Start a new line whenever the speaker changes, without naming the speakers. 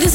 this